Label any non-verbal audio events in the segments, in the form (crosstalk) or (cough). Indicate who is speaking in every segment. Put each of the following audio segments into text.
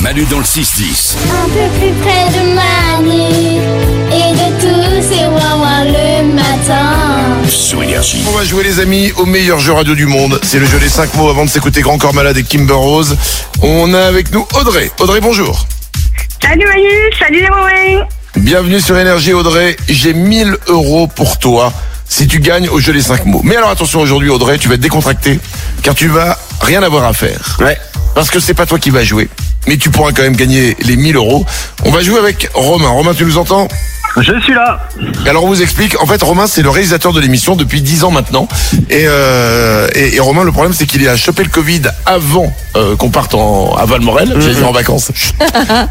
Speaker 1: Manu dans le 6-10.
Speaker 2: Un peu plus près de Manu et de tous ces wawas le matin.
Speaker 1: Sur Énergie.
Speaker 3: On va jouer les amis au meilleur jeu radio du monde. C'est le jeu des 5 mots avant de s'écouter Grand Corps Malade et Kimber Rose. On a avec nous Audrey. Audrey, bonjour.
Speaker 4: Salut Manu, salut les Wawaï.
Speaker 3: Bienvenue sur Énergie Audrey. J'ai 1000 euros pour toi si tu gagnes au jeu des 5 mots. Mais alors attention aujourd'hui Audrey, tu vas te décontracter car tu vas rien avoir à faire.
Speaker 5: Ouais.
Speaker 3: Parce que c'est pas toi qui vas jouer. Mais tu pourras quand même gagner les 1000 euros. On va jouer avec Romain. Romain, tu nous entends
Speaker 5: Je suis là.
Speaker 3: Alors on vous explique, en fait Romain c'est le réalisateur de l'émission depuis 10 ans maintenant. Et, euh, et, et Romain le problème c'est qu'il a chopé le Covid avant euh, qu'on parte en, à Valmorel, j'allais dire en vacances, (laughs) Chut.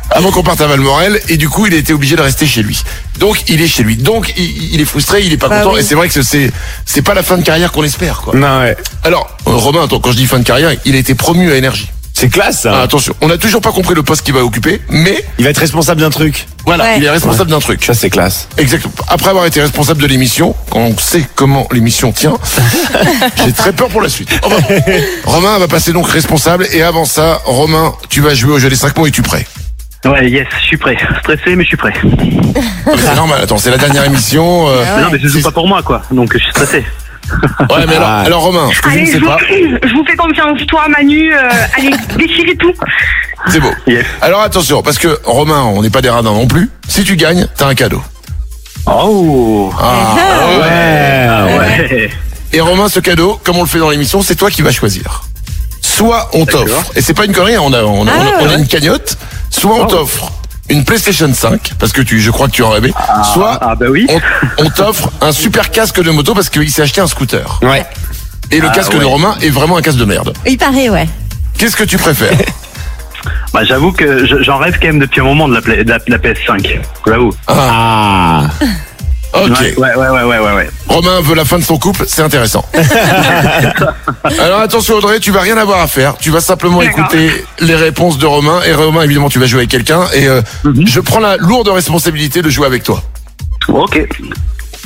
Speaker 3: avant qu'on parte à Valmorel et du coup il a été obligé de rester chez lui. Donc il est chez lui, donc il, il est frustré, il est pas content et c'est vrai que c'est c'est pas la fin de carrière qu'on espère quoi.
Speaker 5: Non, ouais.
Speaker 3: Alors euh, Romain, attends, quand je dis fin de carrière, il a été promu à énergie.
Speaker 5: C'est classe ça.
Speaker 3: Ah, attention, on n'a toujours pas compris le poste qu'il va occuper, mais
Speaker 5: Il va être responsable d'un truc.
Speaker 3: voilà,
Speaker 6: Ouais.
Speaker 3: il est responsable d'un truc.
Speaker 5: Ça, c'est classe.
Speaker 3: Exactement. Après avoir été responsable de l'émission, quand on sait comment l'émission tient, j'ai très peur pour la suite. Enfin, Romain va passer donc responsable et avant ça, Romain, tu vas jouer au jeu des 5 mots et tu prêt
Speaker 7: Ouais, yes, je suis prêt. Stressé, mais je suis prêt.
Speaker 3: Ah, mais C'est normal. Attends, c'est la dernière émission. euh,
Speaker 7: Mais Non, mais je joue
Speaker 3: c'est-
Speaker 7: pas pour moi, quoi. Donc, je suis stressé.
Speaker 3: Ouais, mais alors, alors Romain, ce que je
Speaker 4: Allez,
Speaker 3: ne
Speaker 4: je
Speaker 3: sais
Speaker 4: vous,
Speaker 3: pas,
Speaker 4: je vous fais confiance, toi Manu, euh, allez, déchirez
Speaker 3: (laughs)
Speaker 4: tout.
Speaker 3: c'est beau.
Speaker 7: Yes.
Speaker 3: Alors attention, parce que Romain, on n'est pas des radins non plus. Si tu gagnes, t'as un cadeau.
Speaker 7: Oh
Speaker 3: Ah,
Speaker 1: Ah,
Speaker 5: Ouais.
Speaker 7: Ouais
Speaker 3: Et Romain, ce cadeau, comme on le fait dans l'émission, c'est toi qui vas choisir. Soit on t'offre, et c'est pas une connerie, hein, on a,
Speaker 6: Ah
Speaker 3: on a, on a- on a une cagnotte, soit
Speaker 7: Oh.
Speaker 3: on t'offre une PlayStation 5, parce que tu, je crois que tu en rêvais, soit
Speaker 7: (laughs) Ah, bah oui.
Speaker 3: on, on t'offre un super casque de moto parce qu'il s'est acheté un scooter.
Speaker 5: Ouais.
Speaker 3: Et le
Speaker 7: Ah,
Speaker 3: casque de
Speaker 7: ouais.
Speaker 3: Romain est vraiment un casque de merde.
Speaker 6: Il paraît, ouais.
Speaker 3: Qu'est-ce que tu
Speaker 7: (laughs)
Speaker 3: préfères
Speaker 7: Bah, j'avoue que je- j'en rêve quand même depuis un moment de la, pla- de la, de la PS5. J'avoue.
Speaker 3: Ah,
Speaker 5: Ah.
Speaker 3: ok.
Speaker 7: Ouais, ouais, ouais, ouais, ouais, ouais, ouais.
Speaker 3: Romain veut la fin de son couple, c'est intéressant. Alors attention Audrey, tu vas rien avoir à faire, tu vas simplement
Speaker 4: D'accord.
Speaker 3: écouter les réponses de Romain et Romain évidemment tu vas jouer avec quelqu'un et euh, je prends la lourde responsabilité de jouer avec toi.
Speaker 7: Ok.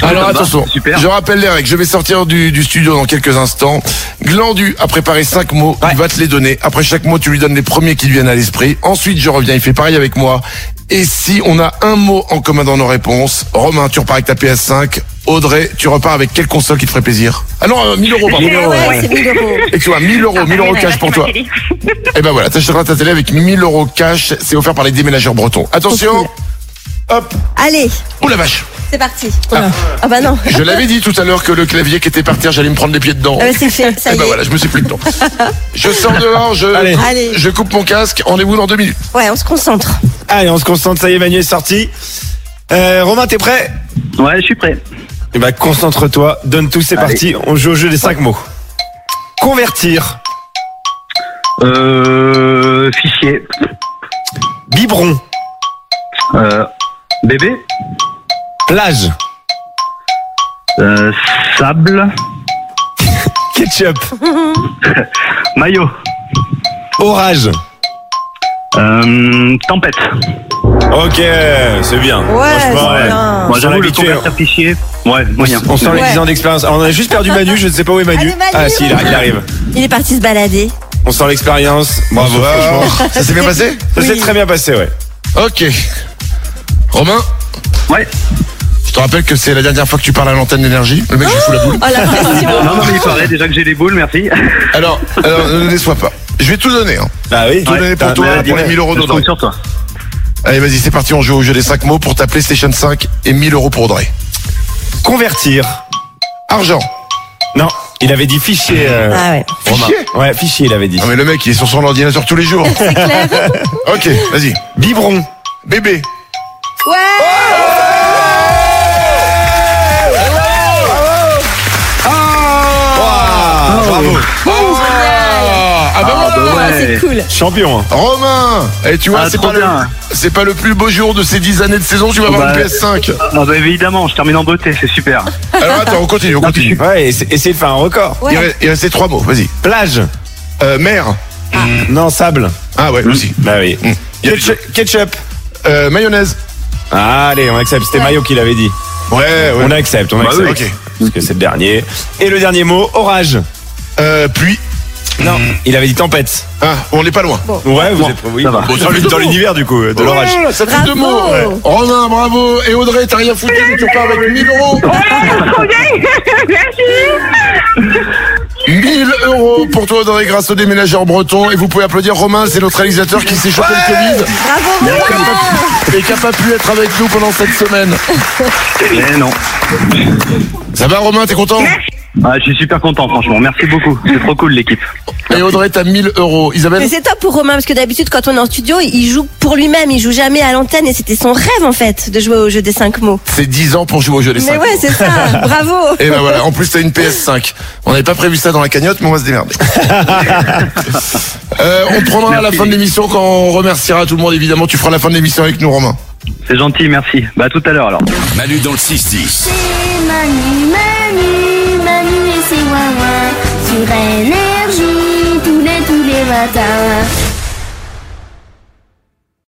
Speaker 3: Alors
Speaker 7: Ça me va,
Speaker 3: attention,
Speaker 7: Super.
Speaker 3: je rappelle les règles, je vais sortir du, du studio dans quelques instants. Glandu a préparé cinq mots, il va te les donner. Après chaque mot, tu lui donnes les premiers qui lui viennent à l'esprit. Ensuite, je reviens, il fait pareil avec moi. Et si on a un mot en commun dans nos réponses, Romain, tu repars avec ta PS5. Audrey, tu repars avec quelle console qui te ferait plaisir Ah non, euh, 1000 euros, pardon.
Speaker 4: Eh ouais,
Speaker 6: Ouais, c'est mille euros.
Speaker 3: Et tu vois, 1000 euros, 1000 euros cash
Speaker 6: (laughs)
Speaker 3: pour toi. Et ben voilà, t'achèteras ta télé avec 1000 euros cash, c'est offert par les déménageurs bretons. Attention Hop
Speaker 6: Allez,
Speaker 3: Oh la vache
Speaker 6: c'est parti. Ah bah non.
Speaker 3: Je l'avais dit tout à l'heure que le clavier qui était par terre, j'allais me prendre les pieds dedans.
Speaker 6: Ah bah c'est fait, ça
Speaker 3: Eh
Speaker 6: y
Speaker 3: ben
Speaker 6: est.
Speaker 3: voilà, je me suis pris dedans. Je sors dehors, je,
Speaker 5: Allez.
Speaker 6: Allez.
Speaker 3: je coupe mon casque, rendez-vous dans deux minutes.
Speaker 6: Ouais, on se concentre.
Speaker 5: Allez, on se concentre. Ça y est, Manu est sorti. Euh, Romain, t'es prêt
Speaker 7: Ouais, je suis prêt.
Speaker 5: Eh ben, concentre-toi. Donne tout, c'est parti. On joue au jeu des cinq mots. Convertir.
Speaker 7: Euh. Fichier.
Speaker 5: Biberon.
Speaker 7: Euh. Bébé.
Speaker 5: Plage.
Speaker 7: Euh. Sable.
Speaker 5: Ketchup.
Speaker 7: Maillot.
Speaker 5: Orage.
Speaker 7: Euh. Tempête.
Speaker 5: Ok, c'est bien.
Speaker 6: Ouais,
Speaker 5: Franchement,
Speaker 6: c'est
Speaker 5: ouais.
Speaker 6: bien.
Speaker 7: Moi,
Speaker 5: On
Speaker 7: j'avoue,
Speaker 5: s'en
Speaker 7: le
Speaker 5: habitue,
Speaker 7: converteur fichier. Ouais, moyen.
Speaker 5: On sent les
Speaker 6: Ouais.
Speaker 5: 10 ans d'expérience. Alors, on a juste perdu Manu, je ne sais pas où est Manu.
Speaker 6: Allez, Manu.
Speaker 5: ah, si, il arri- il arrive.
Speaker 6: Il est parti se balader.
Speaker 5: On sent l'expérience. Bravo. franchement.
Speaker 3: Ça s'est bien passé
Speaker 5: Ça s'est
Speaker 6: Oui.
Speaker 5: très bien passé, ouais.
Speaker 3: Ok. Romain,
Speaker 7: Ouais.
Speaker 3: je te rappelle que c'est la dernière fois que tu parles à l'antenne d'énergie. Le mec, je lui fous la boule.
Speaker 6: Oh la pression.
Speaker 7: Non, non, mais il paraît déjà que j'ai les boules, merci.
Speaker 3: Alors, alors, ne le déçois pas. Je vais tout donner. hein.
Speaker 5: Bah oui.
Speaker 3: Tout donner pour
Speaker 5: t'as-
Speaker 3: toi,
Speaker 5: mais-
Speaker 3: pour les 1000 euros
Speaker 7: Je
Speaker 3: d'Audrey.
Speaker 7: compte sur toi.
Speaker 3: Allez, vas-y, c'est parti, on joue au jeu des 5 mots pour ta PlayStation 5 et 1000 euros pour Audrey.
Speaker 5: Convertir.
Speaker 3: Argent.
Speaker 5: Non, il avait dit fichier. euh,
Speaker 6: Ah ouais.
Speaker 5: Romain.
Speaker 3: Fichier
Speaker 5: Ouais, fichier, il avait dit.
Speaker 3: Non, mais le mec, il est sur son ordinateur tous les jours.
Speaker 6: (laughs) C'est clair.
Speaker 3: (laughs) Ok, vas-y.
Speaker 5: Biberon.
Speaker 3: Bébé.
Speaker 6: Ouais.
Speaker 5: Ouah, Ah, Bravo.
Speaker 3: Ah, ah bah voilà.
Speaker 7: bah
Speaker 6: Ah,
Speaker 7: ouais.
Speaker 6: C'est cool.
Speaker 5: Champion. hein.
Speaker 3: Romain Et tu vois,
Speaker 7: Ah,
Speaker 3: c'est
Speaker 7: trop
Speaker 3: pas, le,
Speaker 7: bien.
Speaker 3: c'est pas le plus beau jour de ces 10 années de saison, tu vas avoir
Speaker 7: Bah,
Speaker 3: une PS5.
Speaker 7: Ah bah évidemment, je termine en beauté, c'est super.
Speaker 3: Alors attends, on continue, on continue.
Speaker 5: Ouais, essa- essayez de faire un record.
Speaker 3: Il,
Speaker 6: Ouais.
Speaker 3: reste, il restait trois mots, vas-y.
Speaker 5: Plage.
Speaker 3: Euh, mère.
Speaker 5: Non, sable.
Speaker 3: Ah ouais, aussi.
Speaker 5: Bah oui.
Speaker 3: Il y a-
Speaker 5: Ketchup. ketchup. Ah,
Speaker 3: Euh, mayonnaise.
Speaker 5: Allez, on accepte. C'était Maillot qui l'avait dit.
Speaker 3: Ouais, ouais.
Speaker 5: On accepte, on
Speaker 7: Bah
Speaker 5: accepte.
Speaker 3: oui.
Speaker 5: Parce que c'est le dernier. Et le dernier mot, orage.
Speaker 3: Euh, puis,
Speaker 5: Non, il avait dit tempête.
Speaker 3: Ah, on n'est pas loin.
Speaker 6: Oh.
Speaker 5: Ouais, vous
Speaker 7: Bon,
Speaker 5: êtes oui.
Speaker 7: ça va.
Speaker 5: Dans l'u- dans l'univers du coup, de l'orage.
Speaker 3: Voilà, ça fait
Speaker 6: Bravo.
Speaker 3: deux mots. Ouais. Romain, bravo. Et Audrey, t'as rien foutu, tu repars avec 1000 euros.
Speaker 4: Ouais, (laughs) trop bien. (laughs) Merci.
Speaker 3: 1000 euros pour toi, Audrey, grâce au déménageur breton. Et vous pouvez applaudir Romain, c'est notre réalisateur qui s'est chopé le Covid
Speaker 6: Bravo, Romain.
Speaker 3: et qui n'a pas pu être avec nous pendant cette semaine.
Speaker 7: Eh non.
Speaker 3: Ça va, Romain, t'es content
Speaker 7: Ah, je suis super content, franchement. Merci beaucoup. C'est trop cool, l'équipe.
Speaker 3: Et Audrey, t'as 1000 euros.
Speaker 6: Mais
Speaker 3: Isabelle
Speaker 6: c'est top pour Romain parce que d'habitude quand on est en studio, il joue pour lui-même, il joue jamais à l'antenne et c'était son rêve en fait de jouer au jeu des cinq mots.
Speaker 3: C'est 10 ans pour jouer au jeu des
Speaker 6: Mais
Speaker 3: 5.
Speaker 6: ouais, c'est ça. (laughs) Bravo.
Speaker 3: Et ben voilà, en plus t'as une PS5. On n'avait pas prévu ça dans la cagnotte, mais on va se démerder. Euh, on prendra à la
Speaker 7: Merci.
Speaker 3: fin de l'émission quand on remerciera tout le monde, évidemment. Tu feras la fin de l'émission avec nous, Romain.
Speaker 7: C'est gentil, merci. Bah, à tout à l'heure alors.
Speaker 1: Manu dans le 6-10.
Speaker 2: C'est Manu, Manu, Manu et ses Wawa. Sur énergie, tous les, tous les matins.